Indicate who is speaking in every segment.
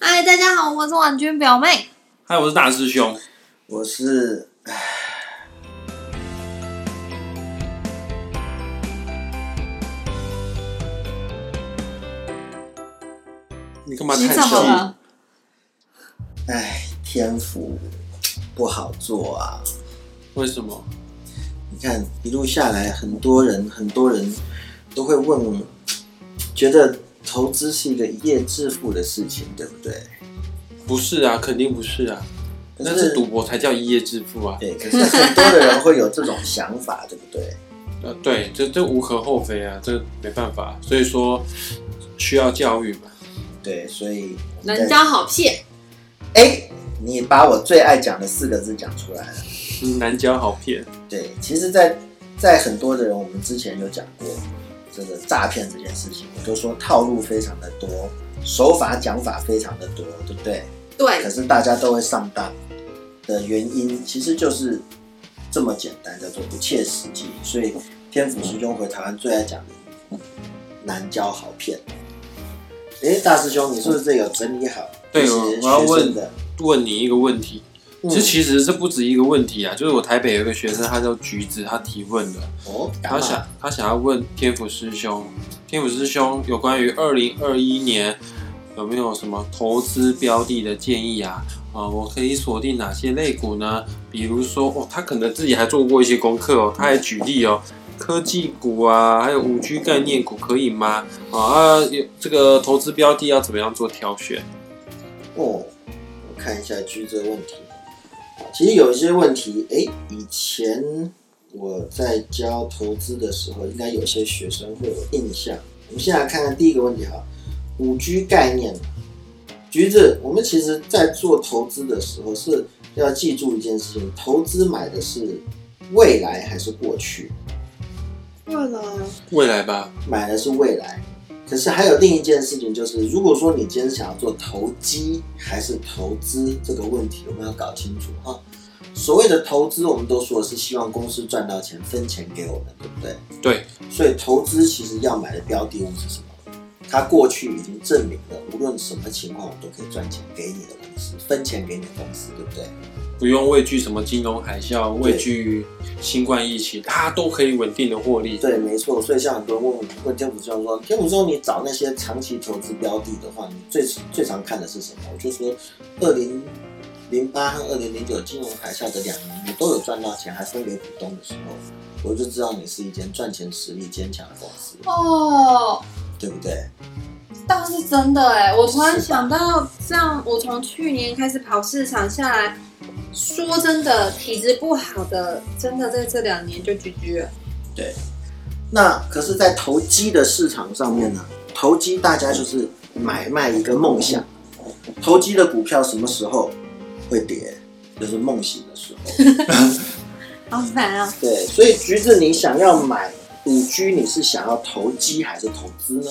Speaker 1: 嗨，哎大家好，我是婉君表妹。
Speaker 2: 嗨，我是大师兄。
Speaker 3: 我是
Speaker 2: 你干嘛
Speaker 1: 你
Speaker 2: 叹
Speaker 1: 怎么
Speaker 2: 气？
Speaker 1: 了？
Speaker 3: 哎，天赋不好做啊！
Speaker 2: 为什么？
Speaker 3: 你看一路下来，很多人很多人都会问我，觉得投资是一个一夜致富的事情，对不对？
Speaker 2: 不是啊，肯定不是啊。
Speaker 3: 可
Speaker 2: 那是赌博才叫一夜致富啊！
Speaker 3: 对，可是很多的人会有这种想法，对不对？
Speaker 2: 呃，对，这这无可厚非啊，这没办法。所以说需要教育嘛。
Speaker 3: 对，所以我们在
Speaker 1: 人家好骗，
Speaker 3: 哎，你把我最爱讲的四个字讲出来了。
Speaker 2: 难教好骗，
Speaker 3: 对，其实在，在很多的人，我们之前有讲过这个诈骗这件事情，我就说套路非常的多，手法讲法非常的多，对不对？可
Speaker 1: 对，
Speaker 3: 是大家都会上当的原因，其实就是这么简单，叫做不切实际。所以天府师兄回台湾最爱讲的难教好骗。哎，大师兄，你是不是这有整理好
Speaker 2: 对
Speaker 3: 一些
Speaker 2: 我我要
Speaker 3: 学
Speaker 2: 问
Speaker 3: 生的？
Speaker 2: 问你一个问题。
Speaker 3: 嗯
Speaker 2: 其实其实这不止一个问题啊，就是我台北有一个学生，他叫橘子，他提问的，
Speaker 3: 哦，打
Speaker 2: 他
Speaker 3: 码
Speaker 2: 想他想要问天府师兄，天府师兄有关于二零二一年有没有什么投资标的的建议啊？啊、我可以锁定哪些类股呢？比如说，哦，他可能自己还做过一些功课哦，他还举例哦，科技股啊，还有五 G 概念股可以吗？啊，啊有这个投资标的要怎么样做挑选？
Speaker 3: 哦，我看一下居这问题。啊其实有一些问题，哎，以前我在教投资的时候，应该有些学生会有印象。我们先来看看第一个问题哈，五 G 概念。橘子，我们其实在做投资的时候是要记住一件事情：投资买的是未来还是过去？
Speaker 1: 为了
Speaker 2: 未来吧，
Speaker 3: 买的是未来。可是还有另一件事情，就是如果说你今天想要做投机还是投资这个问题，我们要搞清楚啊。所谓的投资，我们都说是希望公司赚到钱，分钱给我们，对不对？
Speaker 2: 对，
Speaker 3: 所以投资其实要买的标的物是什么？它过去已经证明了，无论什么情况，我都可以赚钱给你的公司，分钱给你的公司，对不对？
Speaker 2: 不用畏惧什么金融海啸，畏惧新冠疫情，他都可以稳定的获利。
Speaker 3: 对，没错。所以像很多人问我问天普师兄说，天普师兄你找那些长期投资标的的话，你最最常看的是什么？我就说，二零零八和二零零九金融海啸的两年，你都有赚到钱，还分给股东的时候，我就知道你是一间赚钱实力坚强的公司，
Speaker 1: 哦，
Speaker 3: 对不对？
Speaker 1: 倒是真的哎！我突然
Speaker 3: 是吧
Speaker 1: 想到，这样我从去年开始跑市场下来，说真的，体质不好的，真的在这两年就 GG 了。
Speaker 3: 对。那可是，在投机的市场上面呢，投机大家就是买卖一个梦想。投机的股票什么时候会跌？就是梦醒的时候。
Speaker 1: 好烦啊！
Speaker 3: 对，所以橘子，你想要买五 G，你是想要投机还是投资呢？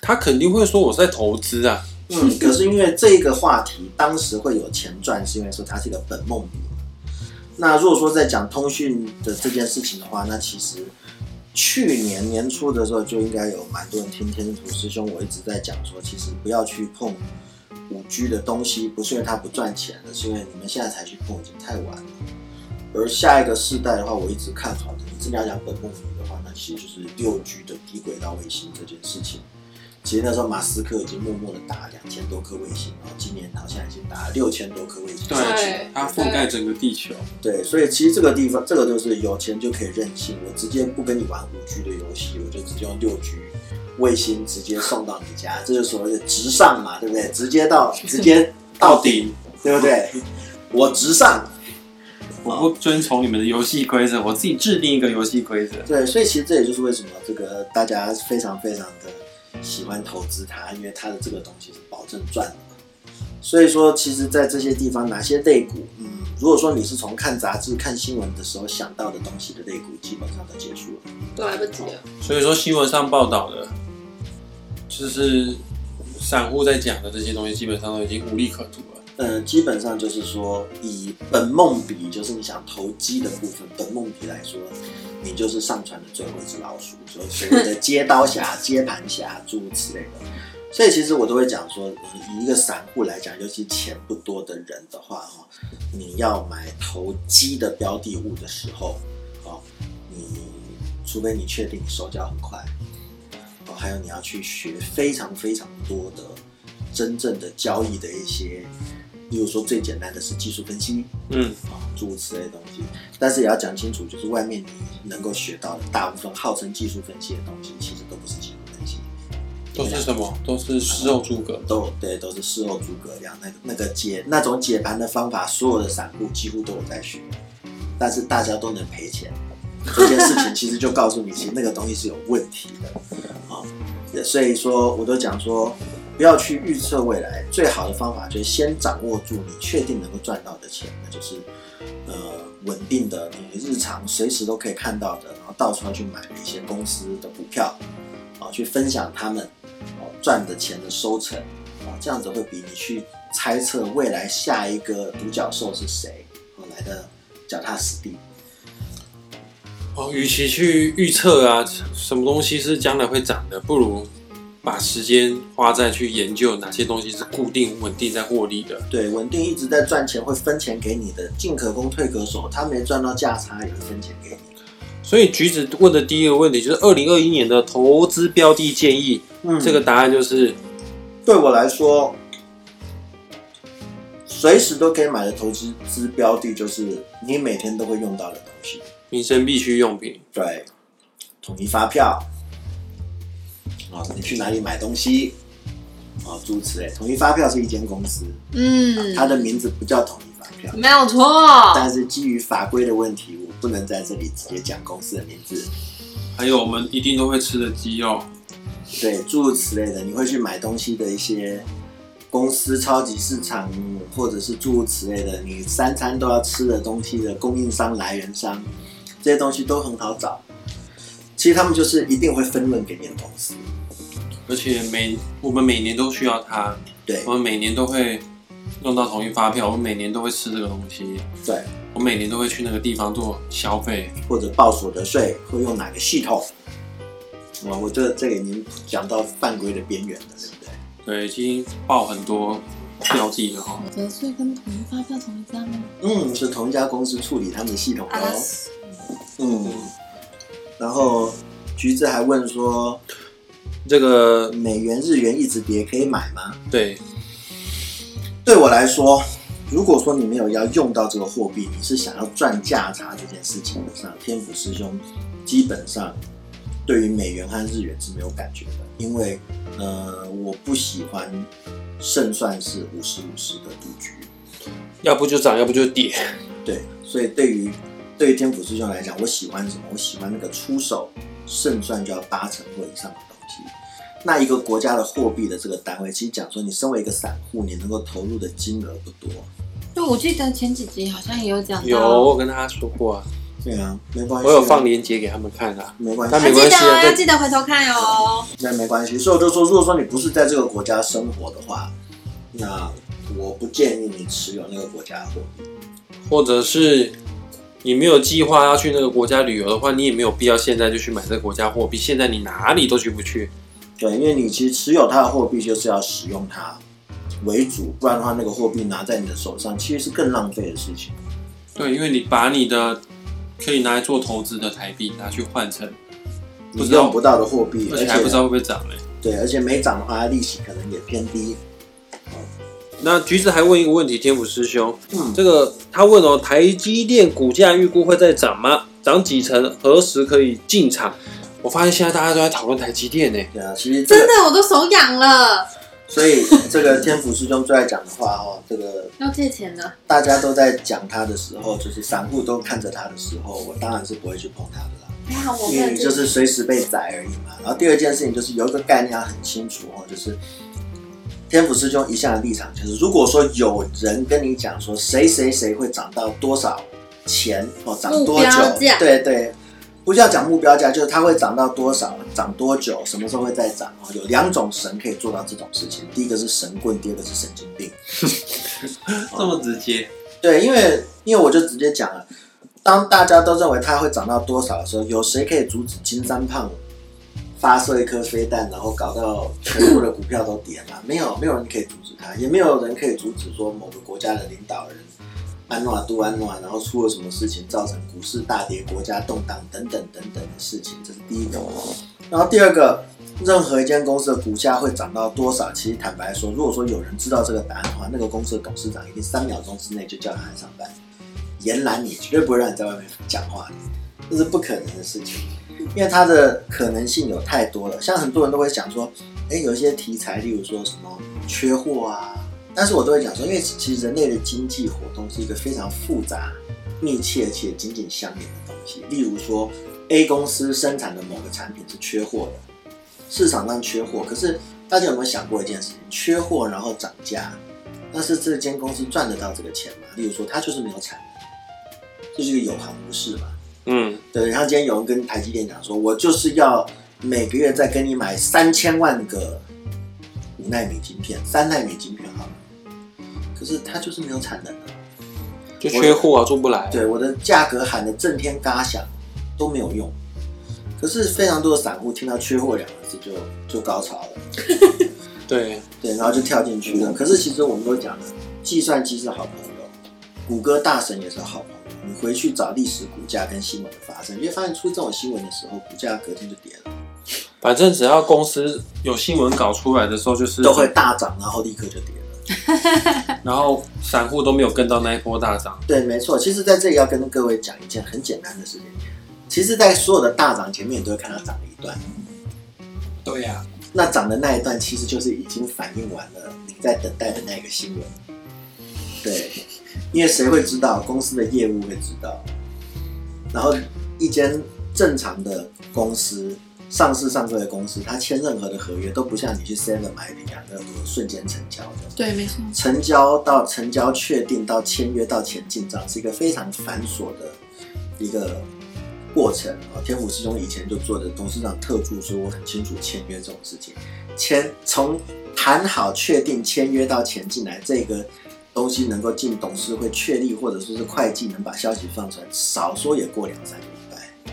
Speaker 2: 他肯定会说我在投资啊，
Speaker 3: 嗯，可是因为这个话题当时会有钱赚，是因为说它是一个本梦比。那如果说在讲通讯的这件事情的话，那其实去年年初的时候就应该有蛮多人听天图师兄，我一直在讲说，其实不要去碰五 G 的东西，不是因为它不赚钱了，是因为你们现在才去碰已经太晚了。而下一个世代的话，我一直看好的，你真的要讲本梦比的话，那其实就是六 G 的低轨道卫星这件事情。其实那时候马斯克已经默默的打两千多颗卫星，然后今年好像已经打了六千多颗卫星。
Speaker 1: 对
Speaker 2: 它覆盖整个地球。
Speaker 3: 对，所以其实这个地方，这个就是有钱就可以任性，我直接不跟你玩五 G 的游戏，我就直接用六 G 卫星直接送到你家，这就是所谓的直上嘛，对不对？直接到直接到顶，对不对？我直上，
Speaker 2: 我不遵从你们的游戏规则，我自己制定一个游戏规则。
Speaker 3: 对，所以其实这也就是为什么这个大家非常非常的喜欢投资它，因为它的这个东西是保证赚的嘛。所以说，其实，在这些地方，哪些类股，嗯，如果说你是从看杂志、看新闻的时候想到的东西的类股，基本上都结束了。
Speaker 1: 都来不及了。
Speaker 2: 所以说新闻上报道的，就是散户在讲的这些东西，基本上都已经无利可图了。
Speaker 3: 嗯、基本上就是说，以本梦比，就是你想投机的部分，本梦比来说，你就是上船的最后一只老鼠，所以所谓的接刀侠、接盘侠，诸如此类的。所以其实我都会讲说，呃以一个散户来讲，尤其钱不多的人的话，哦，你要买投机的标的物的时候，哦，你除非你确定你手脚很快，哦，还有你要去学非常非常多的真正的交易的一些，例如说最简单的是技术分析，
Speaker 2: 嗯，
Speaker 3: 啊，诸如此类的东西。但是也要讲清楚，就是外面你能够学到的大部分号称技术分析的东西，其实都不是技术分析，
Speaker 2: 都是什么？都是食肉诸葛。
Speaker 3: 都有对，都是事后诸葛亮那个那个解那种解盘的方法，所有的散户几乎都有在学，但是大家都能赔钱。这件事情其实就告诉你，其实那个东西是有问题的啊、也所以说，我都讲说，不要去预测未来，最好的方法就是先掌握住你确定能够赚到的钱，那就是呃稳定的，你日常随时都可以看到的，然后到处要去买一些公司的股票啊、去分享他们哦赚的钱的收成啊、这样子会比你去猜测未来下一个独角兽是谁哦来的脚踏实地。
Speaker 2: 哦，与其去预测啊，什么东西是将来会涨的，不如把时间花在去研究哪些东西是固定稳定在获利的。
Speaker 3: 对，稳定一直在赚钱，会分钱给你的，进可攻退可守，他没赚到价差也会分钱给你。
Speaker 2: 所以橘子问的第一个问题就是二零二一年的投资标的建议，
Speaker 3: 嗯
Speaker 2: 这个答案就是
Speaker 3: 对我来说，随时都可以买的投资资标的，就是你每天都会用到的东西。
Speaker 2: 民生必需用品。
Speaker 3: 对，统一发票，啊，你去哪里买东西，啊，诸如此类。统一发票是一间公司，
Speaker 1: 嗯，
Speaker 3: 它的名字不叫统一发票，
Speaker 1: 没有错。
Speaker 3: 但是基于法规的问题，我不能在这里直接讲公司的名字。
Speaker 2: 还有我们一定都会吃的鸡肉，
Speaker 3: 对，诸如此类的，你会去买东西的一些公司、超级市场，或者是诸如此类的，你三餐都要吃的东西的供应商、来源商，这些东西都很好找。其实他们就是一定会分论给你的公司，
Speaker 2: 而且每我们每年都需要它，
Speaker 3: 对
Speaker 2: 我们每年都会用到同一发票，我们每年都会吃这个东西，
Speaker 3: 对，
Speaker 2: 我每年都会去那个地方做消费。
Speaker 3: 或者报所得税会用哪个系统？哦我我这这个已经讲到犯规的边缘了，对不对？
Speaker 2: 对，已经报很多标的了哈。
Speaker 4: 所得税跟统一发票同一家吗？
Speaker 3: 嗯，是同一家公司处理他们的系统的
Speaker 1: 啊
Speaker 3: 哦。，嗯，然后橘子还问说，
Speaker 2: 这个
Speaker 3: 美元、日元一直跌，可以买吗？
Speaker 2: 对，
Speaker 3: 对我来说，如果说你没有要用到这个货币，你是想要赚价差这件事情的上，天府师兄基本上对于美元和日元是没有感觉的，因为呃，我不喜欢胜算是五十五十的布局。
Speaker 2: 要不就涨，要不就跌。
Speaker 3: 对，所以对于对于天府师兄来讲，我喜欢什么？我喜欢那个出手胜算就要八成或以上的东西。那一个国家的货币的这个单位，其实讲说，你身为一个散户，你能够投入的金额不多。
Speaker 4: 就我记得前几集好像也有讲到，
Speaker 2: 有，我有跟大家说过啊，
Speaker 3: 对啊，没关系啊、
Speaker 2: 我有放链接给他们看啊。
Speaker 3: 没关系
Speaker 2: 但
Speaker 1: 要
Speaker 2: 没关
Speaker 3: 啊，
Speaker 1: 记
Speaker 2: 系
Speaker 1: 得
Speaker 2: 啊
Speaker 1: 哦
Speaker 2: 对
Speaker 1: 要记得回头看哦。
Speaker 3: 那没关系。所以我就说，如果说你不是在这个国家生活的话，那我不建议你持有那个国家的货币。
Speaker 2: 或者是你没有计划要去那个国家旅游的话，你也没有必要现在就去买这个国家货币。现在你哪里都去不去，
Speaker 3: 对，因为你其实持有它的货币就是要使用它为主，不然的话，那个货币拿在你的手上，其实是更浪费的事情。
Speaker 2: 对，因为你把你的可以拿来做投资的台币拿去换成，不
Speaker 3: 你
Speaker 2: 知道
Speaker 3: 用不到的货币，
Speaker 2: 而
Speaker 3: 而
Speaker 2: 且还不知道会不会涨嘞、
Speaker 3: 对，而且没涨的话，利息可能也偏低。
Speaker 2: 那橘子还问一个问题，天府师兄，
Speaker 3: 嗯，
Speaker 2: 这个他问哦，台积电股价预估会再涨吗？涨几成？何时可以进场？我发现现在大家都在讨论台积电呢、
Speaker 3: 对啊，其实这
Speaker 1: 真
Speaker 3: 个，
Speaker 1: 的，我都手痒了，
Speaker 3: 所以这个天府师兄最爱讲的话哦，这个
Speaker 1: 要借钱了。
Speaker 3: 大家都在讲他的时候，就是散户都看着他的时候，我当然是不会去碰他的啦。
Speaker 1: 还好我没
Speaker 3: 因
Speaker 1: 有
Speaker 3: 为
Speaker 1: 借
Speaker 3: 你
Speaker 1: 钱。
Speaker 3: 就是嗯随时被宰而已嘛。然后第二件事情就是有一个概念要很清楚哦，就是天府师兄一向的立场就是，如果说有人跟你讲说谁谁谁会涨到多少钱哦，涨多
Speaker 1: 目
Speaker 3: 久
Speaker 1: 标价，
Speaker 3: 对对，不要讲目标价，就是它会涨到多少，涨多久，什么时候会再涨哦。有两种神可以做到这种事情，第一个是神棍，第二个是神经病。
Speaker 2: 这么直接？
Speaker 3: 对，因为因为我就直接讲了，当大家都认为它会涨到多少的时候，有谁可以阻止金三胖发射一颗飞弹，然后搞到全部的股票都跌嘛，没有没有人可以阻止他，也没有人可以阻止说某个国家的领导人安诺杜安诺，然后出了什么事情造成股市大跌、国家动荡等等等等的事情，这是第一个。然后第二个，任何一间公司的股价会涨到多少？其实坦白说，如果说有人知道这个答案的话，那个公司的董事长一定三秒钟之内就叫他来上班，严拦你，绝对不会让你在外面讲话的，这是不可能的事情，因为它的可能性有太多了。像很多人都会想说，哎，有一些题材，例如说什么缺货啊，但是我都会讲说，因为其实人类的经济活动是一个非常复杂、密切而且紧紧相连的东西。例如说，A 公司生产的某个产品是缺货的，市场上缺货，可是大家有没有想过一件事情？缺货然后涨价，那是这间公司赚得到这个钱吗？例如说，它就是没有产能，这就是一个有行无市嘛。
Speaker 2: 嗯，
Speaker 3: 对，然后今天有人跟台积电讲说，我就是要每个月再跟你买三千万个五纳米晶片、三纳米晶片好了，可是它就是没有产能啊。
Speaker 2: 就缺货啊，做不来。
Speaker 3: 对，我的价格喊得震天嘎响都没有用。可是非常多的散户听到“缺货”两个字就就高潮了，
Speaker 2: 对，
Speaker 3: 对，然后就跳进去了。可是其实我们都讲了，计算机是好朋友，谷歌大神也是好朋友。你回去找历史股价跟新闻的发生，你会发现出这种新闻的时候，股价隔天就跌了，
Speaker 2: 反正只要公司有新闻稿出来的时候，就是
Speaker 3: 都会，大涨，然后立刻就跌了。
Speaker 2: 然后散户都没有跟到那一波大涨。
Speaker 3: 对，没错。其实在这里要跟各位讲一件很简单的事情，其实，在所有的大涨前面，你都会看它涨了一段，
Speaker 2: 对呀、
Speaker 3: 那涨的那一段其实就是已经反映完了你在等待的那个新闻。对，因为谁会知道？公司的业务会知道。然后一间正常的公司，上市上柜的公司，它签任何的合约都不像你去 Seven 买饼干那种瞬间成交的。
Speaker 4: 对，没错，
Speaker 3: 成交到成交确定到签约到钱进账是一个非常繁琐的一个过程啊。天府师兄以前就做的董事长特助，所以我很清楚签约这种事情。签从谈好确定签约到钱进来这个东西能够进董事会确立，或者说是会计能把消息放出来，少说也过两三个礼拜。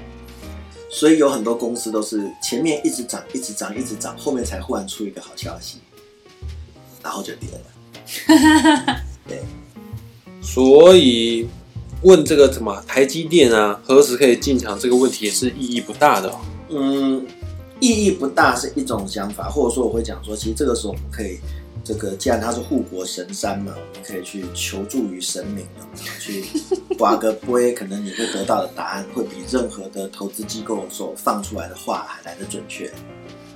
Speaker 3: 所以有很多公司都是前面一直涨，一直涨，一直涨，后面才忽然出一个好消息，然后就跌了。
Speaker 2: 所以问这个什么台积电啊，何时可以进场这个问题也是意义不大的、哦。
Speaker 3: 嗯，意义不大是一种想法，或者说我会讲说，其实这个时候我们可以，这个既然它是护国神山嘛，我们可以去求助于神明，有没有去刮个杯，可能你会得到的答案会比任何的投资机构所放出来的话还来得准确。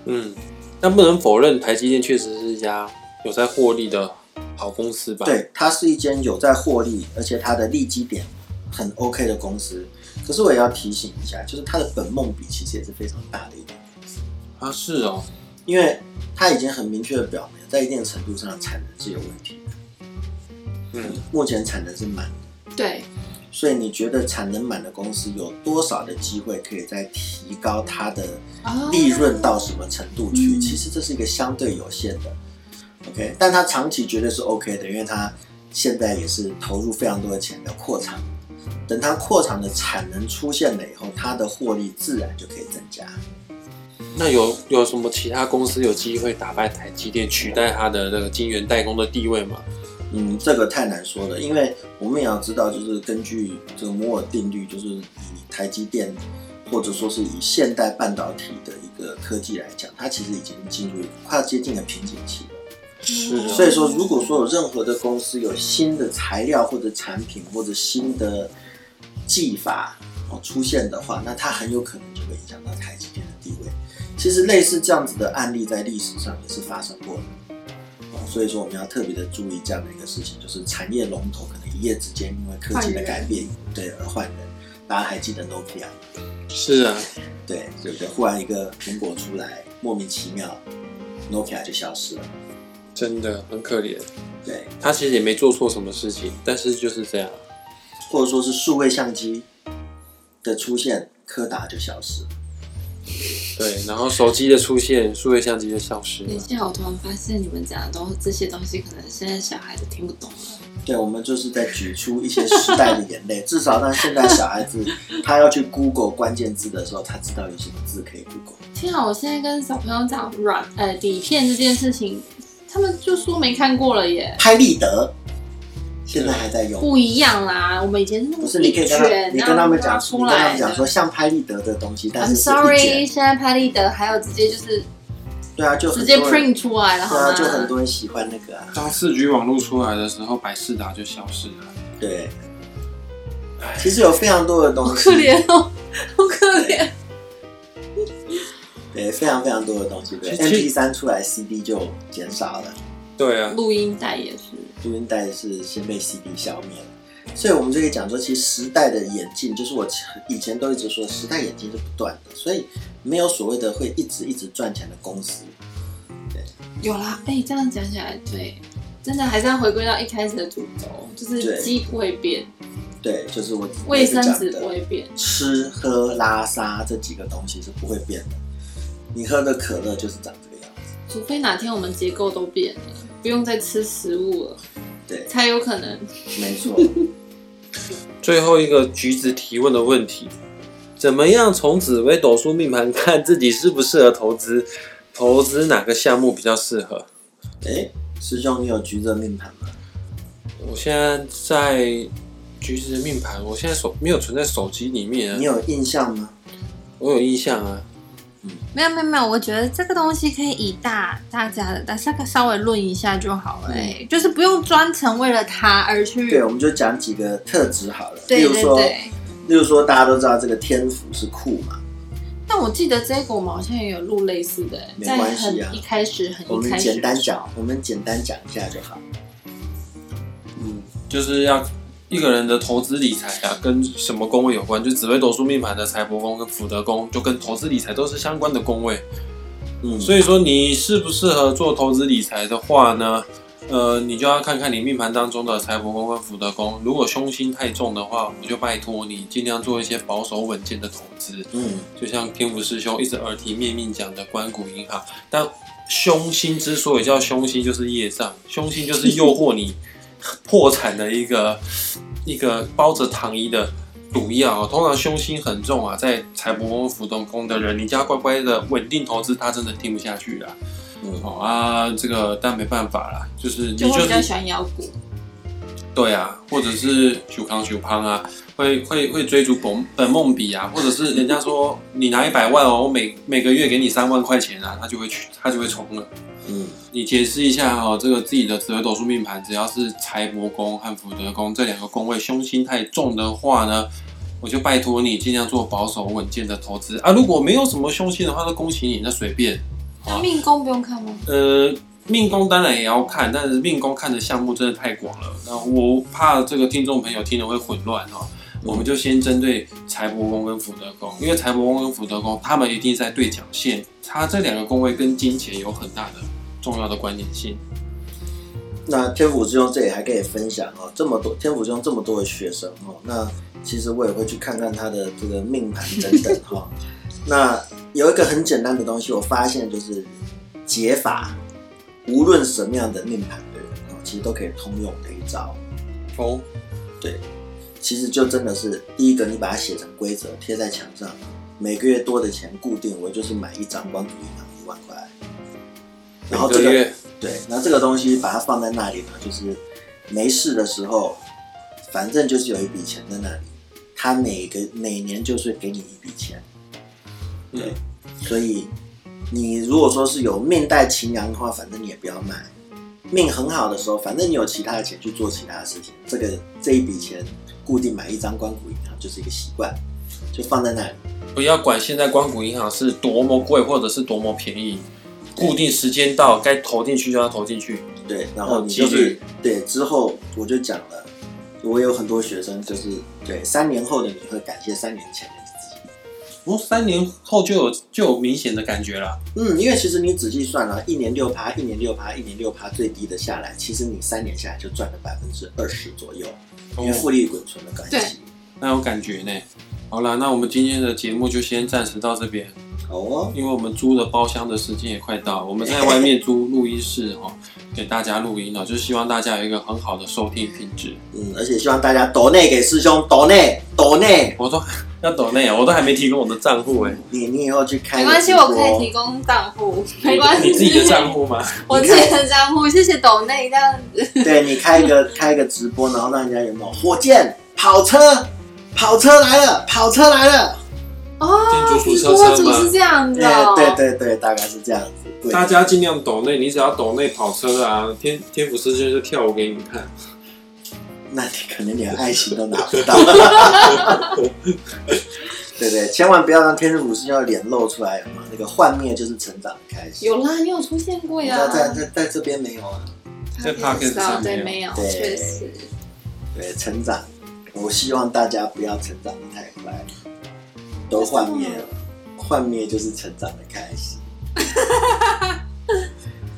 Speaker 2: 嗯，但不能否认台积电确实是一家有在获利的好公司吧？，
Speaker 3: 对，它是一间有在获利，而且它的利基点很 OK 的公司。可是我也要提醒一下，就是它的本梦比其实也是非常大的一个
Speaker 2: 啊是哦，
Speaker 3: 因为它已经很明确的表明，在一定程度上产能是有问题的。
Speaker 2: 嗯，
Speaker 3: 目前产能是满的，
Speaker 4: 对，
Speaker 3: 所以你觉得产能满的公司有多少的机会可以再提高它的
Speaker 4: 哦
Speaker 3: 利润到什么程度去？
Speaker 4: 嗯
Speaker 3: 其实这是一个相对有限的，OK，但它长期绝对是 OK 的，因为它现在也是投入非常多的钱的扩厂，等它扩厂的产能出现了以后，它的获利自然就可以增加。
Speaker 2: 那有有什么其他公司有机会打败台积电，取代它的那个晶圆代工的地位吗？
Speaker 3: 嗯，这个太难说了，因为我们也要知道，就是根据这个摩尔定律，就是以台积电或者说是以现代半导体的一个科技来讲，它其实已经进入快要接近了瓶颈期了。
Speaker 2: 是
Speaker 4: 嗯
Speaker 2: 啊
Speaker 3: 所以说，如果说有任何的公司有新的材料或者产品或者新的技法哦出现的话，那它很有可能就会影响到台积电的地位。其实类似这样子的案例在历史上也是发生过的。哦所以说我们要特别的注意这样的一个事情，就是产业龙头可能一夜之间因为科技的改变，对而换人。大家还记得 Nokia
Speaker 2: 是啊，
Speaker 3: 对对不对？忽然一个苹果出来，莫名其妙，Nokia 就消失了。
Speaker 2: 真的很可怜。
Speaker 3: 对，
Speaker 2: 他其实也没做错什么事情，但是就是这样。
Speaker 3: 或者说是数位相机的出现，柯达就消失了。
Speaker 2: 对，然后手机的出现，数位相机的消失啊
Speaker 4: 等一
Speaker 2: 了。
Speaker 4: 下，我突然发现你们讲的东这些东西，可能现在小孩都听不懂了。
Speaker 3: 对，我们就是在举出一些时代的眼泪，至少让现在小孩子他要去 Google 关键字的时候，他知道有什么字可以 Google。
Speaker 4: 天啊，我现在跟小朋友讲软呃底片这件事情，他们就说没看过了耶。
Speaker 3: 拍立得现在还在用，
Speaker 4: 不一样啦，我们以前是那
Speaker 3: 不
Speaker 4: 种
Speaker 3: 是
Speaker 4: 一
Speaker 3: 你可以跟他
Speaker 4: 卷，
Speaker 3: 你跟他们
Speaker 4: 然
Speaker 3: 讲，
Speaker 4: 后
Speaker 3: 你
Speaker 4: 拉出来
Speaker 3: 跟他
Speaker 4: 的
Speaker 3: 们讲说像拍立得的东西，但
Speaker 4: I'm
Speaker 3: 是是一卷
Speaker 4: sorry，，现在拍立得还有直接就是
Speaker 3: 对啊，就很
Speaker 4: 直接
Speaker 3: 多人
Speaker 4: print 出来了，好
Speaker 3: 对啊，
Speaker 4: 吗？
Speaker 3: 就很多人喜欢那个啊，
Speaker 2: 当四 G 网络出来的时候，百事达就消失了。
Speaker 3: 对。其实有非常多的东
Speaker 4: 好
Speaker 3: 西
Speaker 4: 可，怜哦，好可怜。
Speaker 3: 对，非常非常多的东西，对
Speaker 2: 其实
Speaker 3: ，MP 3出来，CD 就减少了，
Speaker 2: 对啊，
Speaker 4: 录音带也是，
Speaker 3: 录音带是先被 CD 消灭了，所以我们就可以讲说，其实时代的演进，就是我以前都一直说，时代演进是不断的，所以没有所谓的会一直一直赚钱的公司，
Speaker 4: 有啦。哎、这样讲起来，对，真的还是要回归到一开始的主轴，就是
Speaker 3: 对
Speaker 4: 鸡不会变，
Speaker 3: 对，就是我
Speaker 4: 卫生
Speaker 3: 我一直
Speaker 4: 纸
Speaker 3: 讲
Speaker 4: 不
Speaker 3: 的
Speaker 4: 会变。
Speaker 3: 吃喝拉撒这几个东西是不会变的，你喝的可乐就是长这个样子，
Speaker 4: 除非哪天我们结构都变了，不用再吃食物了，
Speaker 3: 对，
Speaker 4: 才有可能。
Speaker 3: 没 错，
Speaker 2: 最后一个橘子提问的问题：怎么样从紫微斗数命盘看自己适不适合投资？投资哪个项目比较适合？
Speaker 3: 哎，师兄，你有橘子的命盘吗？
Speaker 2: 我现在在橘子命盘，我现在手没有存在手机里面、
Speaker 3: 你
Speaker 2: 啊，
Speaker 3: 有印象吗？
Speaker 2: 我有印象啊。
Speaker 4: 没有没有没有，我觉得这个东西可以以大大家的，大家稍微论一下就好了、哎就是不用专程为了它而去。
Speaker 3: 嗯对，我们就讲几个特质好了，
Speaker 4: 对
Speaker 3: 例如
Speaker 4: 对
Speaker 3: 说，
Speaker 4: 对。
Speaker 3: 例如说大家都知道这个天府是酷嘛，
Speaker 4: 但我记得这个我们好像也有录类似的、
Speaker 3: 没
Speaker 4: 在
Speaker 3: 关
Speaker 4: 很
Speaker 3: 系啊
Speaker 4: 一开始很
Speaker 3: 我
Speaker 4: 一
Speaker 3: 们
Speaker 4: 开始
Speaker 3: 简单讲，我们简单讲一下就好。
Speaker 2: 嗯，就是要一个人的投资理财啊，跟什么宫位有关？就紫微斗数命盘的财帛宫跟福德宫，就跟投资理财都是相关的宫位。
Speaker 3: 嗯，
Speaker 2: 所以说，你适不适合做投资理财的话呢？呃，你就要看看你命盘当中的财帛宫跟福德宫，如果凶星太重的话，我就拜托你尽量做一些保守稳健的投资。
Speaker 3: 嗯，
Speaker 2: 就像天福师兄一直耳提面命讲的关谷银行，但凶星之所以叫凶星，就是业障，凶星就是诱惑你破产的一个一个包着糖衣的毒药。哦通常凶星很重啊，在财帛宫、福德宫的人，你家乖乖的稳定投资，他真的听不下去了。
Speaker 3: 嗯
Speaker 2: 哦啊，这个但没办法啦，就是你
Speaker 4: 就会
Speaker 2: 就
Speaker 4: 比较
Speaker 2: 是
Speaker 4: 喜欢腰鼓。
Speaker 2: 对啊，或者是九康九康啊，会会会追逐本本梦比啊，或者是人家说你拿一百万哦，我每每个月给你三万块钱啊，他就会去他就会冲了。
Speaker 3: 嗯，
Speaker 2: 你解释一下哦，这个自己的紫微斗数命盘，只要是财帛宫和福德宫这两个宫位凶星太重的话呢，我就拜托你尽量做保守稳健的投资啊。如果没有什么凶星的话，那恭喜你，那随便。
Speaker 4: 那命宫不用看吗？
Speaker 2: 呃，命宫当然也要看，但是命宫看的项目真的太广了。那我怕这个听众朋友听了会混乱哦，我们就先针对财帛宫跟福德宫，因为财帛宫跟福德宫他们一定在对角线，它这两个宫位跟金钱有很大的重要的关联性。
Speaker 3: 那天府之兄这里还可以分享哦，这么多天府之兄这么多的学生哦，那其实我也会去看看他的这个命盘等 等哈、哦。那有一个很简单的东西，我发现就是解法，无论什么样的命盘的人哦，其实都可以通用的一招。
Speaker 2: 哦，
Speaker 3: 其实就真的是第一个，你把它写成规则贴在墙上，每个月多的钱固定，我就是买一张光谷银行一万块，然后这
Speaker 2: 每个
Speaker 3: 个
Speaker 2: 月
Speaker 3: 对，那这个东西把它放在那里呢，就是没事的时候，反正就是有一笔钱在那里，它每个每年就是给你一笔钱，对，
Speaker 2: 嗯
Speaker 3: 所以你如果说是有命带擎羊的话，反正你也不要卖。命很好的时候，反正你有其他的钱去做其他的事情，这个这一笔钱固定买一张光谷银行就是一个习惯，就放在那里。
Speaker 2: 不要管现在光谷银行是多么贵或者是多么便宜，固定时间到该投进去就要投进去。
Speaker 3: 对，然后
Speaker 2: 哦
Speaker 3: 你
Speaker 2: 纪
Speaker 3: 就是
Speaker 2: 律
Speaker 3: 对之后我就讲了，我有很多学生就是对三年后的你会感谢三年前的自己。
Speaker 2: 哦，三年后就有就有明显的感觉了。
Speaker 3: 嗯，因为其实你仔细算啊，一年六趴，一年六趴，一年六趴，最低的下来，其实你三年下来就赚了百分之二十左右，因为
Speaker 2: 哦
Speaker 3: 复利滚存的关系。
Speaker 4: 对
Speaker 2: 那有感觉呢。好啦，那我们今天的节目就先暂时到这边。
Speaker 3: 好哦，
Speaker 2: 因为我们租的包厢的时间也快到了，我们在外面租录音室哦， 给大家录音哦，就是希望大家有一个很好的收听品质。
Speaker 3: 嗯，而且希望大家抖内给师兄，抖内抖内，
Speaker 2: 我都 要抖内，啊我都还没提供我的账户哎，
Speaker 3: 你你以后去开
Speaker 4: 没
Speaker 3: 个
Speaker 4: 关系，
Speaker 3: 直播
Speaker 4: 我可以提供账户，没关系。
Speaker 2: 你自己的账户吗？
Speaker 4: 我自己的账户，谢谢抖内这样子。
Speaker 3: 对你开一个开一个直播，然后让人家有没有火箭跑车，跑车来了，跑车来了，
Speaker 4: 哦，
Speaker 2: 天竺鼠车
Speaker 4: 博
Speaker 2: 车
Speaker 4: 主是
Speaker 2: 吗？
Speaker 4: 这样子
Speaker 3: 哎
Speaker 4: 哦，，
Speaker 3: 对对对，大概是这样子。对
Speaker 2: 大家尽量抖内，你只要抖内跑车啊，天天府师兄就跳舞给你们看。
Speaker 3: 那你可能连爱情都拿 不到。对对，千万不要让天使武士要脸露出来，有吗？那个幻灭就是成长的开始。
Speaker 4: 有啦，你有出现过呀
Speaker 3: 在？在在在这边没有啊？
Speaker 2: 在 Podcast 上面
Speaker 4: 对，没有，
Speaker 3: 对
Speaker 4: 确实。
Speaker 3: 对，成长，我希望大家不要成长的太快，都幻灭了，幻灭就是成长的开始。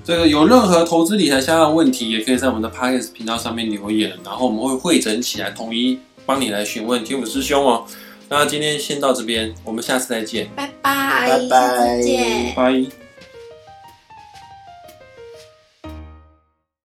Speaker 2: 这个有任何投资理财相关的问题，也可以在我们的 Podcast 频道上面留言，然后我们会汇整起来，统一帮你来询问天府师兄哦。那今天先到这边，我们下次再见，
Speaker 4: 拜拜，
Speaker 3: 拜拜
Speaker 4: 下次见。
Speaker 2: 拜。